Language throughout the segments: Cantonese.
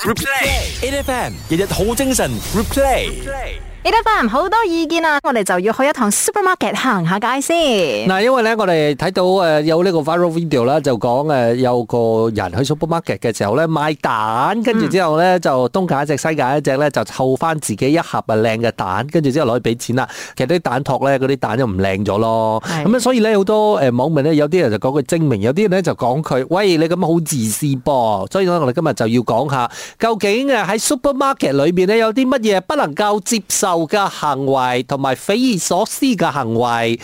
replay，A F M 日日好精神，replay。 A F M 好多意見啊！我哋就要去一趟 supermarket 行下街先。嗱，因為咧，我哋睇到誒有呢個 viral video 啦，就講誒有個人去 supermarket 嘅時候咧買蛋，跟住之後咧就東揀一隻西揀一隻咧，就湊翻自己一盒啊靚嘅蛋，跟住之後攞去俾錢啦。其實啲蛋殼咧，嗰啲蛋就唔靚咗咯。係咁啊，所以咧好多誒網民咧，有啲人就講佢精明，有啲人咧就講佢，喂你咁樣好自私噃。所以咧，我哋今日就要講下，究竟誒喺 supermarket 裏邊咧有啲乜嘢不能夠接受嘅行為，同埋匪夷所思嘅行為。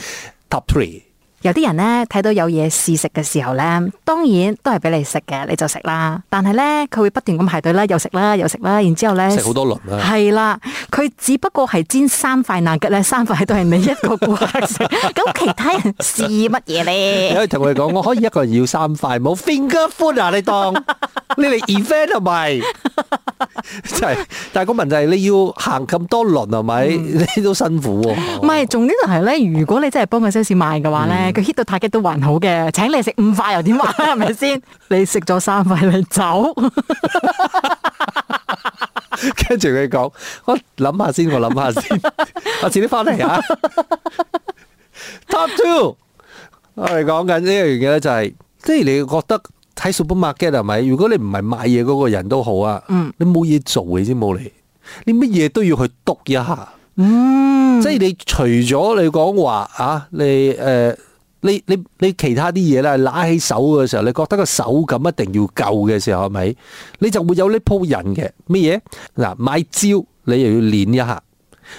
Top three。有啲人呢，睇到有嘢試食嘅時候呢，當然都係俾你食嘅，你就食啦。但係呢，佢會不斷咁排隊啦，又食啦，又食啦，然之後呢，食好多輪啦係啦，佢只不過係煎三塊硬骨呢，三塊都係你一個顧客 食。咁其他人試乜嘢你 呢？可以同佢講，我可以一個人要三塊，冇 finger food 啊！你當你嚟 event 係咪？就係、但係個問題係你要行咁多輪係咪？ 你都辛苦喎、嗯唔係，重點就係咧，如果你真係幫個 sales 賣嘅話嗯咧，佢 hit 到 target 都還好嘅，請你食五塊又點話係咪先？你食咗三塊你走，跟住佢講，我諗下先，我諗 下先，我遲啲翻嚟啊。Top two，我哋講緊呢樣嘢咧，就係即係你覺得喺 supermarket 係咪？如果你唔係買嘢嗰個人都好啊，你冇嘢做你知冇你，你乜嘢都要去督一下。即係你除咗你講話啊，你誒、呃你你你其他啲嘢啦，揦起手嘅時候，你覺得個手感一定要夠嘅時候，係咪？你就會有呢鋪人嘅咩嘢？嗱，買蕉你又要練一下，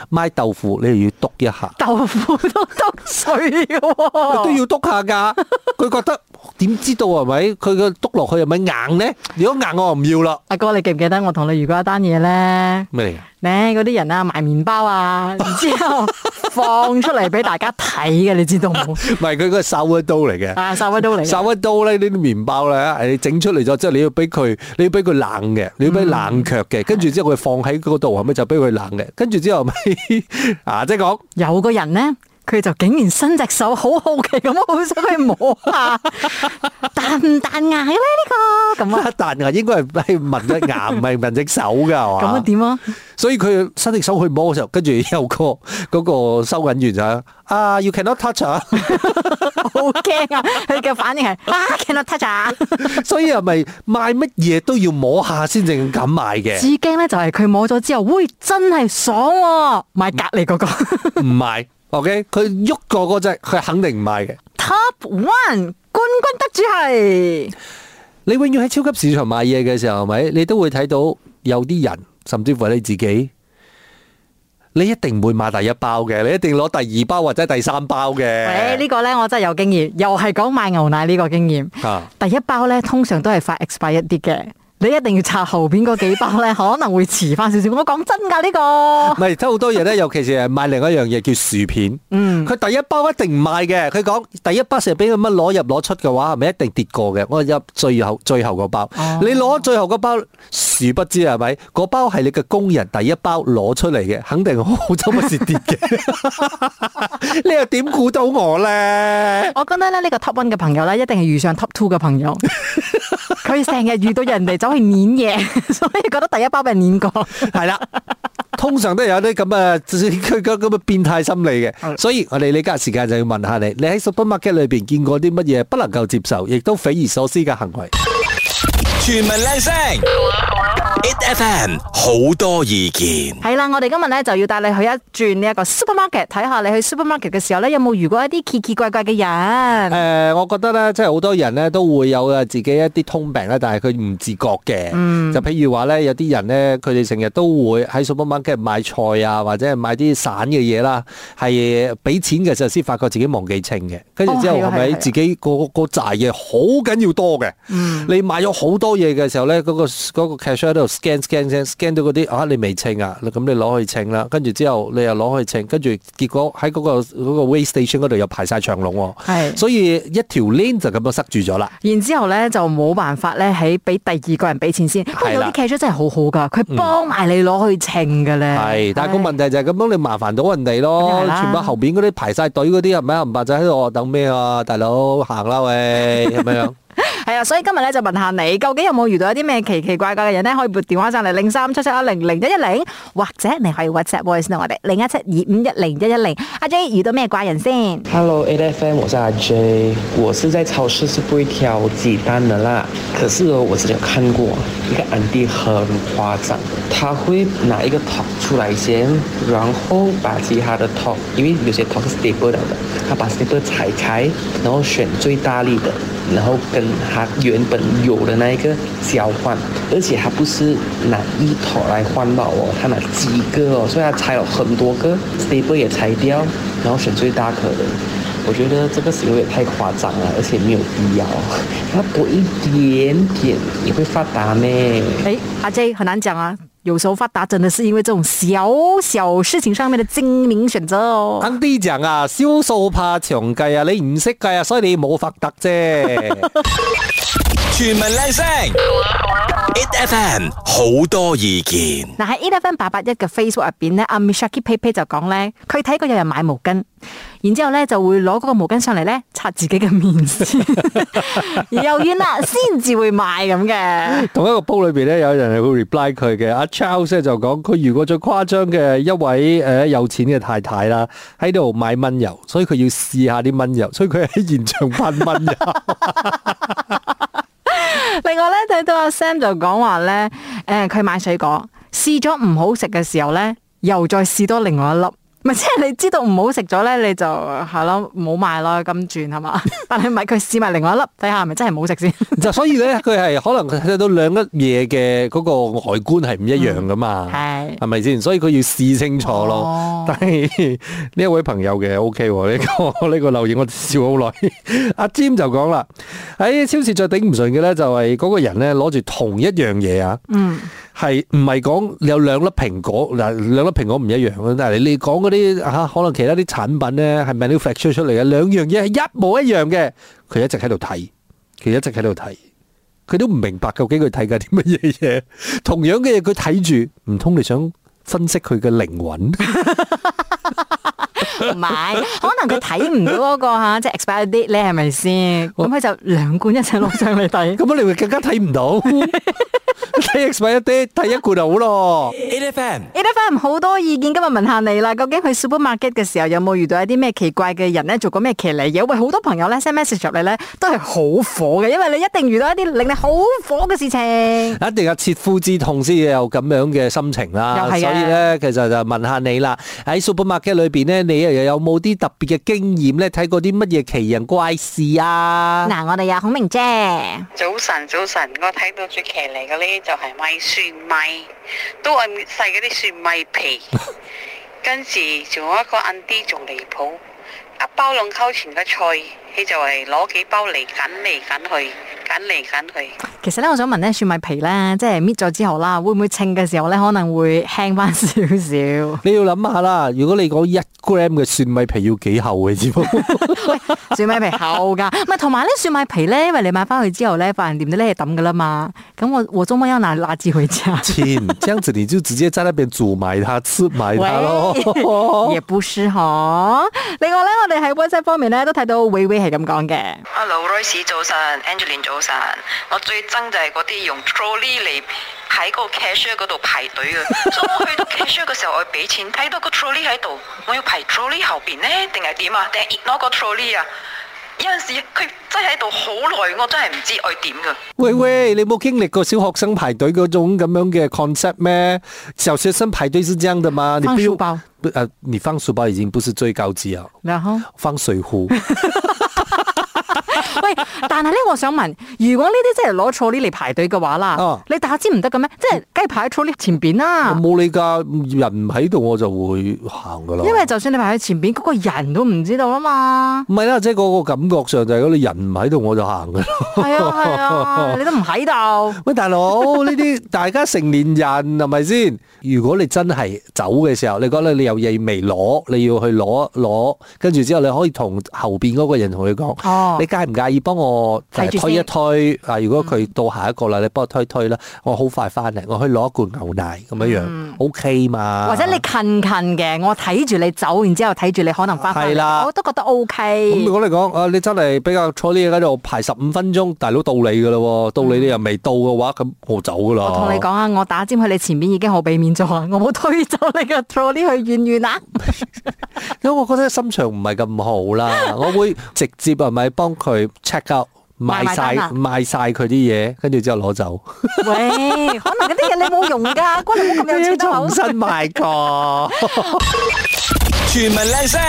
買豆腐你又要篤一下，豆腐都篤碎嘅喎，都要篤下㗎。佢覺得點知道係咪？佢個篤落去係咪硬呢？如果硬我就唔要啦。阿哥，你記唔記得我同你遇過一單嘢咧？咩嚟㗎？咧嗰啲人啊，賣麵包啊，然之後放出嚟俾大家睇嘅，你知道冇？唔係佢個手嘅刀嚟嘅。啊，稍威都嚟嘅，手一刀咧，呢啲麵包咧，係你整出嚟咗之後，你要俾佢，你要俾佢冷嘅，你要俾佢冷卻嘅，跟住之後佢放喺嗰度，係咪就俾佢冷嘅？跟住之後咪 啊，即係講有個人咧。佢就竟然伸隻手，好好奇咁，好想去摸下，彈唔彈牙嘅咧？呢、個咁 啊，彈牙應該係係紋隻牙，唔係紋隻手㗎，係咁啊嘛？點啊？所以佢伸隻手去摸嘅時候，跟住有個嗰個收銀員就係啊，you À, cannot touch 啊，好驚啊！佢嘅反應係啊，cannot touch 啊！ 所以係咪賣乜嘢都要摸下先至敢買嘅？至驚咧就係佢摸咗之後，喂，真係爽喎、買隔離嗰個唔買，OK？佢喐過嗰只，佢肯定唔買嘅。 Top One 冠軍得主係你永遠喺超級市場買嘢嘅時候，係咪？你都會睇到有啲人，甚至乎係你自己，你一定唔會買第一包嘅，你一定攞第二包或者第三包喂呢嘅。個咧，我真係有經驗，又係講買牛奶呢個經驗。啊，第一包咧通常都係快 expire 一啲嘅，你一定要拆後邊嗰幾包 咧，可能會遲翻少少。我講真㗎呢、唔個。係，即係好多嘢咧，尤其是係買另一樣嘢叫薯片。嗯，佢第一包一定唔賣嘅，佢講第一包成日俾佢乜攞入攞出嘅話，係咪一定跌過嘅？我入最後最後嗰包，你攞最後嗰包，殊不知係咪？嗰包係你嘅工人第一包攞出嚟嘅，肯定好周不時跌嘅。 你又點估到我咧？我覺得咧呢個 top one 嘅朋友咧，一定係遇上 top two 嘅朋 友。佢成日遇到人哋走去碾嘢， 所以覺得第一包俾人碾過。係啦。通常都有啲咁嘅佢咁嘅變態心理嘅，所以我哋呢家時間就要問下你，你喺 supermarket 裏邊見過啲乜嘢不能夠接受，亦都匪夷所思嘅行為？全民靚聲，A F M 好多意見係啦，我哋今日咧就要帶你去一轉呢一個 supermarket，睇下你去 supermarket 嘅時候咧，有冇遇過一啲奇奇怪怪嘅誒、人？呃我覺得咧，即係好多人咧都會有啊自己一啲通病咧，但係佢唔自覺嘅。嗯就譬如話咧，有啲人咧，佢哋成日都會喺 supermarket 買菜啊，或者係買啲散嘅嘢啦，係俾錢嘅時候先發覺自己忘記稱嘅。跟住之後哦係啊係係咪啊自己個個扎嘢好緊要多嘅？嗯你買咗好多嘢嘅時候咧，嗰、個嗰個 cashier 喺度 scan scan scan scan 到嗰啲啊，你未稱啊，咁你攞去稱啦。跟住之後你又攞去稱，跟住結果喺嗰、個嗰、個 way station 嗰度又排晒長龍喎。係所以一條 lane 就咁樣塞住咗啦。然之後咧就冇辦法咧喺俾第二個人俾錢先。不過有係啦嗯啲 c a 真係好好㗎，佢幫埋你攞去稱嘅咧。係，但係個問題就係咁樣，你麻煩到人哋咯梗係。啦全部後邊嗰 啲排晒隊嗰啲係咪啊？唔白就喺度我等咩啊？大佬行啦喂，咁樣。係啊，所以今日咧就問下你，究竟有冇遇到一啲咩奇奇怪怪嘅人咧？可以撥電話上嚟零三七七一零零一一零，或者你可以 WhatsApp voice 我哋零一七二五一零一一零。阿 J 遇到咩怪人先？ Hello A F M，我是阿 J，我是在超市是不会挑鸡蛋的啦。可是哦，我之前有看过一个安迪很夸张，他会拿一个 top 出来先，然后把其他的 top，因为有些 top 是 staple 的，他把 staple 拆开，然后选最大力的，然后跟他原本有的那一个交换，而且他不是拿一坨来换到哦，他拿几个哦，所以他拆了很多个，staple 也拆掉，然后选最大颗的。我觉得这个行为也太夸张了，而且没有必要，要多一点点，你会发达呢。诶、阿 J 很难讲啊，有时候发达真的是因为这种小小事情上面的精明选择哦。啱啲人啊，少數怕長計啊，你唔識計啊，所以你冇發達啫。 全民靚聲，it FM 好多意見。嗱喺 Eleven 八八一嘅 Facebook 入邊咧，阿 Mishaki p a p a 就講咧，佢睇過有人買毛巾，然之後咧就會攞嗰個毛巾上嚟咧擦自己嘅面先，又遠啦先至會買咁嘅。同一個煲裏邊咧，有人係會 reply 佢嘅。阿 Charles 咧就講，佢遇過最誇張嘅一位誒、呃有錢嘅太太啦，喺度買蚊油，所以佢要試下啲蚊油，所以佢喺現場噴蚊油。另外咧睇到阿 Sam 就講話咧，誒佢買水果試咗唔好食嘅時候咧，又再試多另外一粒。咪即係你知道唔好食咗咧，你就係咯，唔好買咯，咁轉係嘛？ 但係咪佢試埋另外一粒，睇下係咪真係唔好食先。就所以 咧，佢係可能佢睇到兩粒嘢嘅嗰個外觀係唔一樣噶嘛，嗯係係咪先？所以佢要試清楚咯。哦但係呢一位朋友嘅 OK 喎，呢、個 呢個留言我笑好耐。 阿 Jim 就講啦，喺超市最頂唔順嘅咧，就係嗰個人咧攞住同一樣嘢啊。嗯。係唔係講有兩粒蘋果嗱？兩粒蘋果唔一樣啊！但係你講嗰啲嚇，可能其他啲產品咧係 manufacture 出嚟嘅，兩樣嘢係一模一樣嘅。佢一直喺度睇，佢一直喺度睇，佢都唔明白究竟佢睇緊啲乜嘢嘢。同樣嘅嘢佢睇住，唔通你想分析佢嘅靈魂？唔 係，可能佢睇唔到嗰、個吓，即係 expire date 咧，係咪 先？咁佢就兩罐一齊攞上嚟睇。 咁啊樣你會更加睇唔到。睇 X 一啲，睇一罐就好咯。 it FM A F M 好多意見，今日問下你啦，究竟去 supermarket 嘅時候有冇遇到一啲咩奇怪嘅人咧，做過咩騎呢嘢？喂，好多朋友咧 send message 入嚟咧，都係好火嘅，因為你一定遇到一啲令你好火嘅事情。一定有切膚之痛先有咁樣嘅心情啦，又所係嘅啊以咧其實就問下你啦，喺 supermarket 裏邊咧，你又有冇啲特別嘅經驗咧？睇過啲乜嘢奇人怪事 啊？嗱，我哋有孔明姐，早晨，早晨，我睇到最騎呢嘅呢就係買蒜米，都係細嗰啲蒜米皮。跟住仲有一個 a u 仲離譜，一包兩溝錢嘅菜，佢就係攞幾包嚟揀嚟揀去，揀嚟揀去。其實咧，我想問咧，蒜米皮咧，即係搣咗之後啦，會唔會稱嘅時候咧，可能會輕翻少少？你要諗下啦，如果你講一 gram 嘅蒜米皮要幾厚嘅知冇？，蒜米皮厚噶，唔係同埋咧蒜米皮咧，因為你買翻去之後咧，飯店都咧抌噶啦嘛。咁我我周末要拿辣椒回家天，這樣子你就直接在那邊煮埋它、吃埋它咯。也不是嗬。另外咧，我哋喺 WhatsApp 方面咧都睇到偉偉係咁講嘅， Hello Royce 早晨，Angeline 早晨，我最憎就係嗰啲用 trolley 嚟喺個 cashier 嗰度排隊嘅，所以我去到 cashier 嘅時候，我俾錢，睇到個 trolley 喺度，我要排 trolley 後邊呢？定係點啊？定係 ignore 個 trolley 啊？有陣時佢真係喺度好耐，我真係唔知我點嘅。 喂喂，你冇經歷過小學生排隊嗰種咁樣嘅 concept 咩？小學生排隊是這樣的嗎？你放不用書包不呃，你放書包已經不是最高級啊。然後放水壺，喂，但係咧，我想問，如果呢啲真係攞錯呢嚟排隊嘅話啦，哦嗯你打尖唔得嘅咩？即係梗係排喺錯呢前邊我啦。冇理噶，人唔喺度我就會行噶啦。，因為就算你排喺前邊，嗰、個人都唔知道啊嘛唔係啦，即係嗰個感覺上就係嗰啲人唔喺度我就 行噶啦。係啊係啊，你都唔喺度。喂，大佬，呢啲大家成年人係咪先？如果你真係走嘅時候，你覺得你有嘢未攞，你要去攞攞，跟住之後你可以同後邊嗰個人同佢講，哦你介唔介介意幫我睇住先誒推一推啊？如果佢到下一個啦，你幫我推推啦，我好快翻嚟，我可以攞一罐牛奶咁樣樣、o k 嘛？或者你近近嘅，我睇住你走，然之後睇住你可能翻返係啦嚟，我都覺得 O 咁 K 如。果你講啊，你真係比較坐呢嘢喺度排十五分鐘，大佬到你噶啦，到你你又未到嘅話，咁我走噶啦。我同你講啊，我打尖去你前面已經好俾面咗啊，我冇推走你嘅 trolley 去遠遠 啊。因為我覺得心腸唔係咁好 啦，我會直接係咪幫佢 check out 埋賣埋晒單啊賣晒佢啲嘢，跟住之後攞走，喂，可能嗰啲嘢你冇用㗎，關你冇 咁有錢得啊口重。新買過。全民靚聲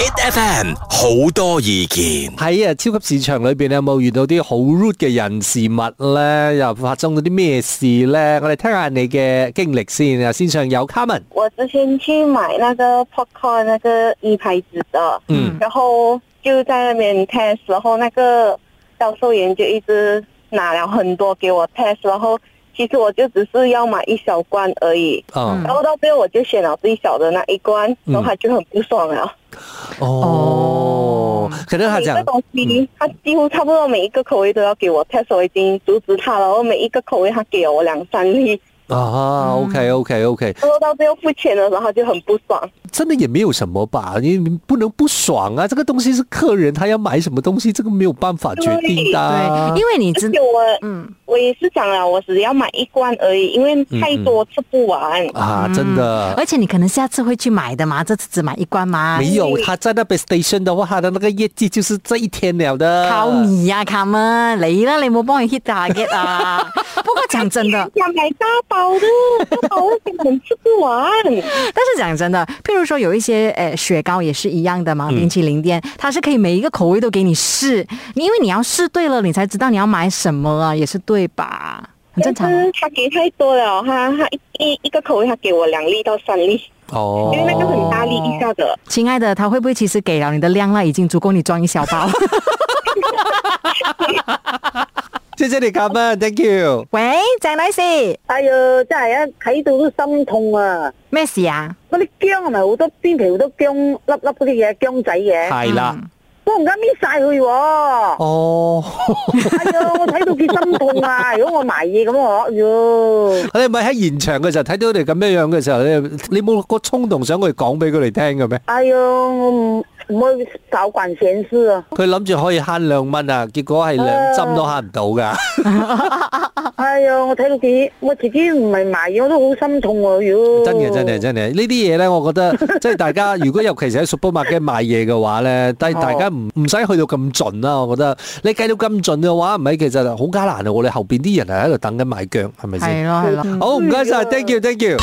，it FM 好多意見。 喺啊超級市場裏邊，你有冇遇到啲好 rude 嘅人事物咧？又發生咗啲咩事咧？我哋聽下你嘅經歷先啊！線上有 Carmen，我之前去买那个 popcorn 那个一牌子的，嗯然后就在那边 test，然后那个销售员就一直拿了很多给我 test，然后其实我就只是要买一小罐而已，啊、然后到最后我就选了最小的那一罐，然后他就很不爽了。哦哦，可能他每一个講。东西，他几乎差不多每一个口味都要给我 test，我已经阻止他了，然后每一个口味他给了我两三粒，啊，OK 嗯 OK OK，然后到最后付钱的时候他就很不爽。真的也没有什么吧，你你不能不爽啊！这个东西是客人他要买什么东西，这个没有办法决定的啊、对，因為你 而知且，我嗯，我也是想了，我只要买一罐而已，因为太多吃不完。嗯啊，真的。而且你可能下次會去買的嘛，這次只買一罐嗯嘛。没有，他在那边 station 的话，他的那个业绩就是这一天了的。靠你啊，卡文，你啦，你冇幫佢 hit target 啊。不過講真的。想买大包 的，大包我根本吃不完。但是讲真的，譬如说有一些呃雪糕也是一样的嗯嘛，冰淇淋店、它是可以每一个口味都给你试，你因为你要试对了，你才知道你要买什么啊，也是对吧？很正常啊但是他给太多了，他他一一一个口味他给我两粒到三粒，哦，因为那个很大粒一下的。亲爱的，他会不会其实给了你的量了，已经足够你装一小包？谢谢你嘉宾，thank you。喂，郑女士，哎呀，真係啊，睇到都心痛啊！咩事啊？嗰啲姜係咪好多邊皮好多姜粒粒嗰啲嘢姜仔嗯嘅，系啦，我唔家搣晒佢喎！ 哦，哎呀，我睇到幾心痛啊！如果我埋嘢咁我，哎呀，你咪喺現場嘅時候睇到你咁樣樣嘅時候，你你冇個衝動想去講俾佢哋聽嘅咩？哎呀，我唔唔可以少管閒事啊！佢諗住可以慳兩蚊啊，結果係兩針都慳唔到㗎。哎呀，我睇到幾，我自己唔係埋嘢，我都好心痛啊！哎呀，真嘅，真嘅，真嘅。呢啲嘢咧，我覺 得即係大家如果尤其是喺 supermarket 買嘢嘅話咧，但係大家唔唔使去到咁盡啦。我覺得你計到咁盡嘅話，唔係其實好艱難啊！我哋後邊啲人係喺度等緊買姜，係啊咪嗯系先？咯系咯，好，唔該 晒 t h a n k you，thank you。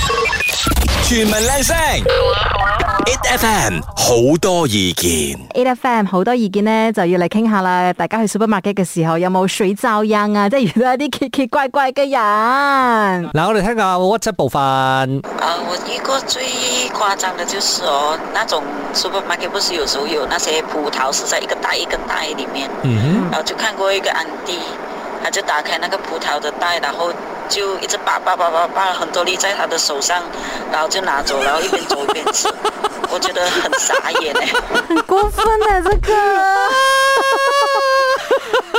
全民靚聲，it FM 好多意見。 A F M 好多意見呢，就要嚟傾下啦。大家去 supermarket 嘅時候有冇水罩印啊？即係遇到一啲奇奇怪怪嘅人。嗱，我哋聽下 WhatsApp 部分。 呃，我遇过最夸张的就是哦，那种 supermarket 不是有时候有那些葡萄是在一个袋一个袋里面，嗯然后就看过一个安迪，他就打开那个葡萄的袋，然后就一直拔拔拔拔拔，很多粒在他的手上，然后就拿走，然后一边走一边 吃，我觉得很傻眼哎。很过分啊，这个。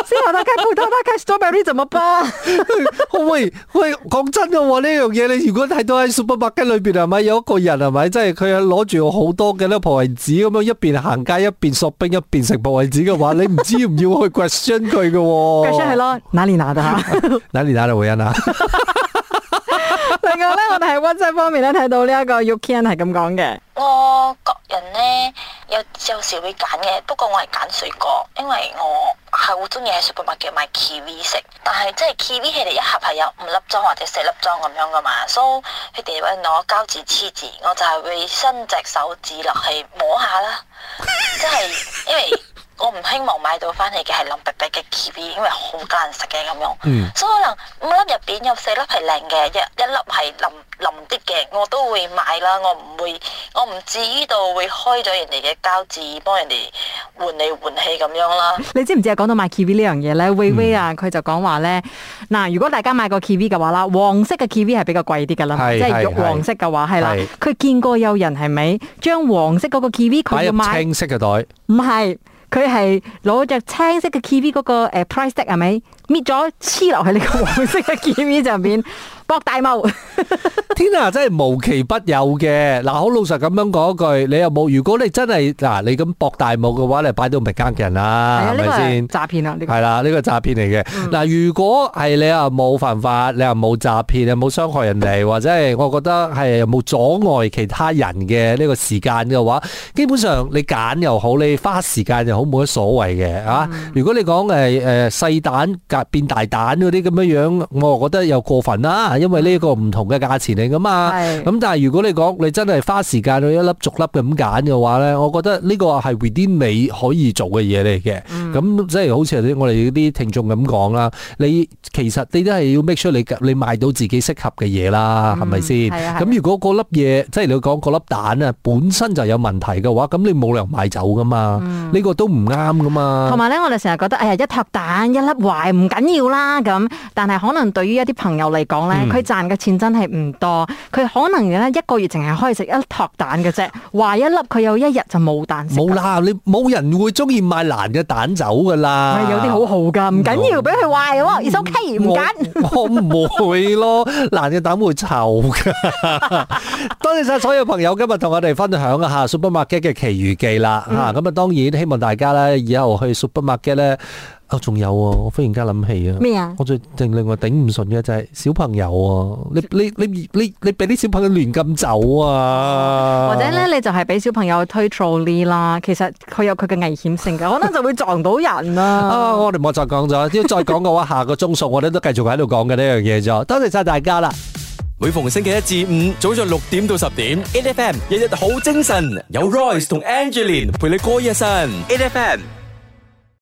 幸好他开葡萄，他开 strawberry 怎么办？哼，喂喂，講真嘅喎，呢樣嘢你如果睇到喺 supermarket 裏邊係咪有一個人係咪，即係佢攞住好多嘅呢葡衛子咁樣一邊行街一邊索冰一邊食葡衛子嘅話，你唔知要唔要去 question 佢嘅喎？梗係咯，哪里拿的吓？哪里哪里回音 啊？另外咧，我哋喺 WhatsApp 方面咧睇到呢一個 Yukian 係咁講嘅，我個人呢，有有時會揀嘅，不過我係揀水果，因為我係好中意喺 supermarket 買 kiwi 食，但係即係 kiwi 佢哋一盒係有哎五粒裝或者四粒裝咁樣噶嘛，所以佢哋會攞膠紙黐住，我就係會伸隻手指落去摸下啦，即係因為。我唔希望買到翻嚟嘅係腍白白嘅 kiwi，因為好難食嘅咁樣，所以可能五粒入邊有四粒係靚嘅，一一粒係腍腍啲嘅，我都會買啦。我唔會，我唔至於到會開咗人哋嘅膠紙，幫人哋換嚟換去咁樣啦。你知唔知啊？講到買 kiwi 呢樣嘢咧，威威啊，佢就講話咧，嗱，如果大家買過 kiwi 嘅話啦，黃色嘅 kiwi 係比較貴啲㗎啦嘛，係即係係肉黃色嘅話係啦係，佢見過有人係咪將黃色嗰個 kiwi 佢擺要入買？青色嘅袋，唔係，佢係攞只青色嘅 kiwi 嗰個誒 price tag 係咪搣咗黐落喺你 個黃色嘅 kiwi 上邊，博大霧。天啊，真係無奇不有嘅。嗱，好老實咁樣講一句，你有冇？如果你真係嗱，你咁博大霧嘅話，你擺到明奸嘅人係啦，啊，呢係個咪係先？詐騙啊！呢系個啦，呢個詐騙嚟嘅。嗱、如果係你又冇犯法，你又冇詐騙，你又冇傷害人哋，或者係我覺得係又冇阻礙其他人嘅呢個時間嘅話，基本上你揀又好，你花時間又好，冇乜所謂嘅啊。嗯如果你講誒誒細蛋夾變大蛋嗰啲咁樣樣，我覺得又過分啦，因為呢個唔同嘅價錢嚟噶嘛。係咁但係如果你講你真係花時間去一粒逐粒咁揀嘅話咧，我覺得呢個係 within 你可以做嘅嘢嚟嘅。嗯咁、即係好似頭先我哋啲聽眾咁講啦，你其實你都係要 make sure 你你買到自己適合嘅嘢啦，係咪先？係啊係啊咁如果嗰粒嘢即係你講嗰粒蛋啊本身就有問題嘅話，咁你冇理由賣走噶嘛？呢、個都唔啱噶嘛。同埋咧，我哋成日覺得，哎呀，一托蛋一粒壞唔緊要啦咁，但係可能對於一啲朋友嚟講嗯咧，佢賺嘅錢真係唔多，佢可能咧一個月淨係可以食一托蛋嘅啫，壞一粒佢有一日就冇蛋食㗎。冇啦，你冇人會中意買爛嘅蛋走噶啦。係有啲好好㗎，唔緊要，俾佢壞喎，二手 K 唔揀。我我唔會咯，爛嘅膽會臭 噶。多謝晒所有朋友今日同我哋分享一下 Supermarket 嘅奇遇記啦吓，咁啊當然希望大家咧以後去 Supermarket 咧。啊，仲有喎、我忽然間諗起啊！咩啊我最定另外頂唔順嘅就係小朋友 啊！你你你你你俾啲小朋友亂咁走啊！或者咧，你就係俾小朋友推 trolley 啦，其實佢有佢嘅危險性㗎，可能就會撞到人啊！啦。我哋冇再講咗，要再講嘅話，下 個鐘數我哋都繼續喺度講嘅呢樣嘢咗。多謝晒大家啦！每逢星期一至五早上六點到十點，A F M 日日好精神，有 Royce 同 Angeline 陪你過一晨，A F M。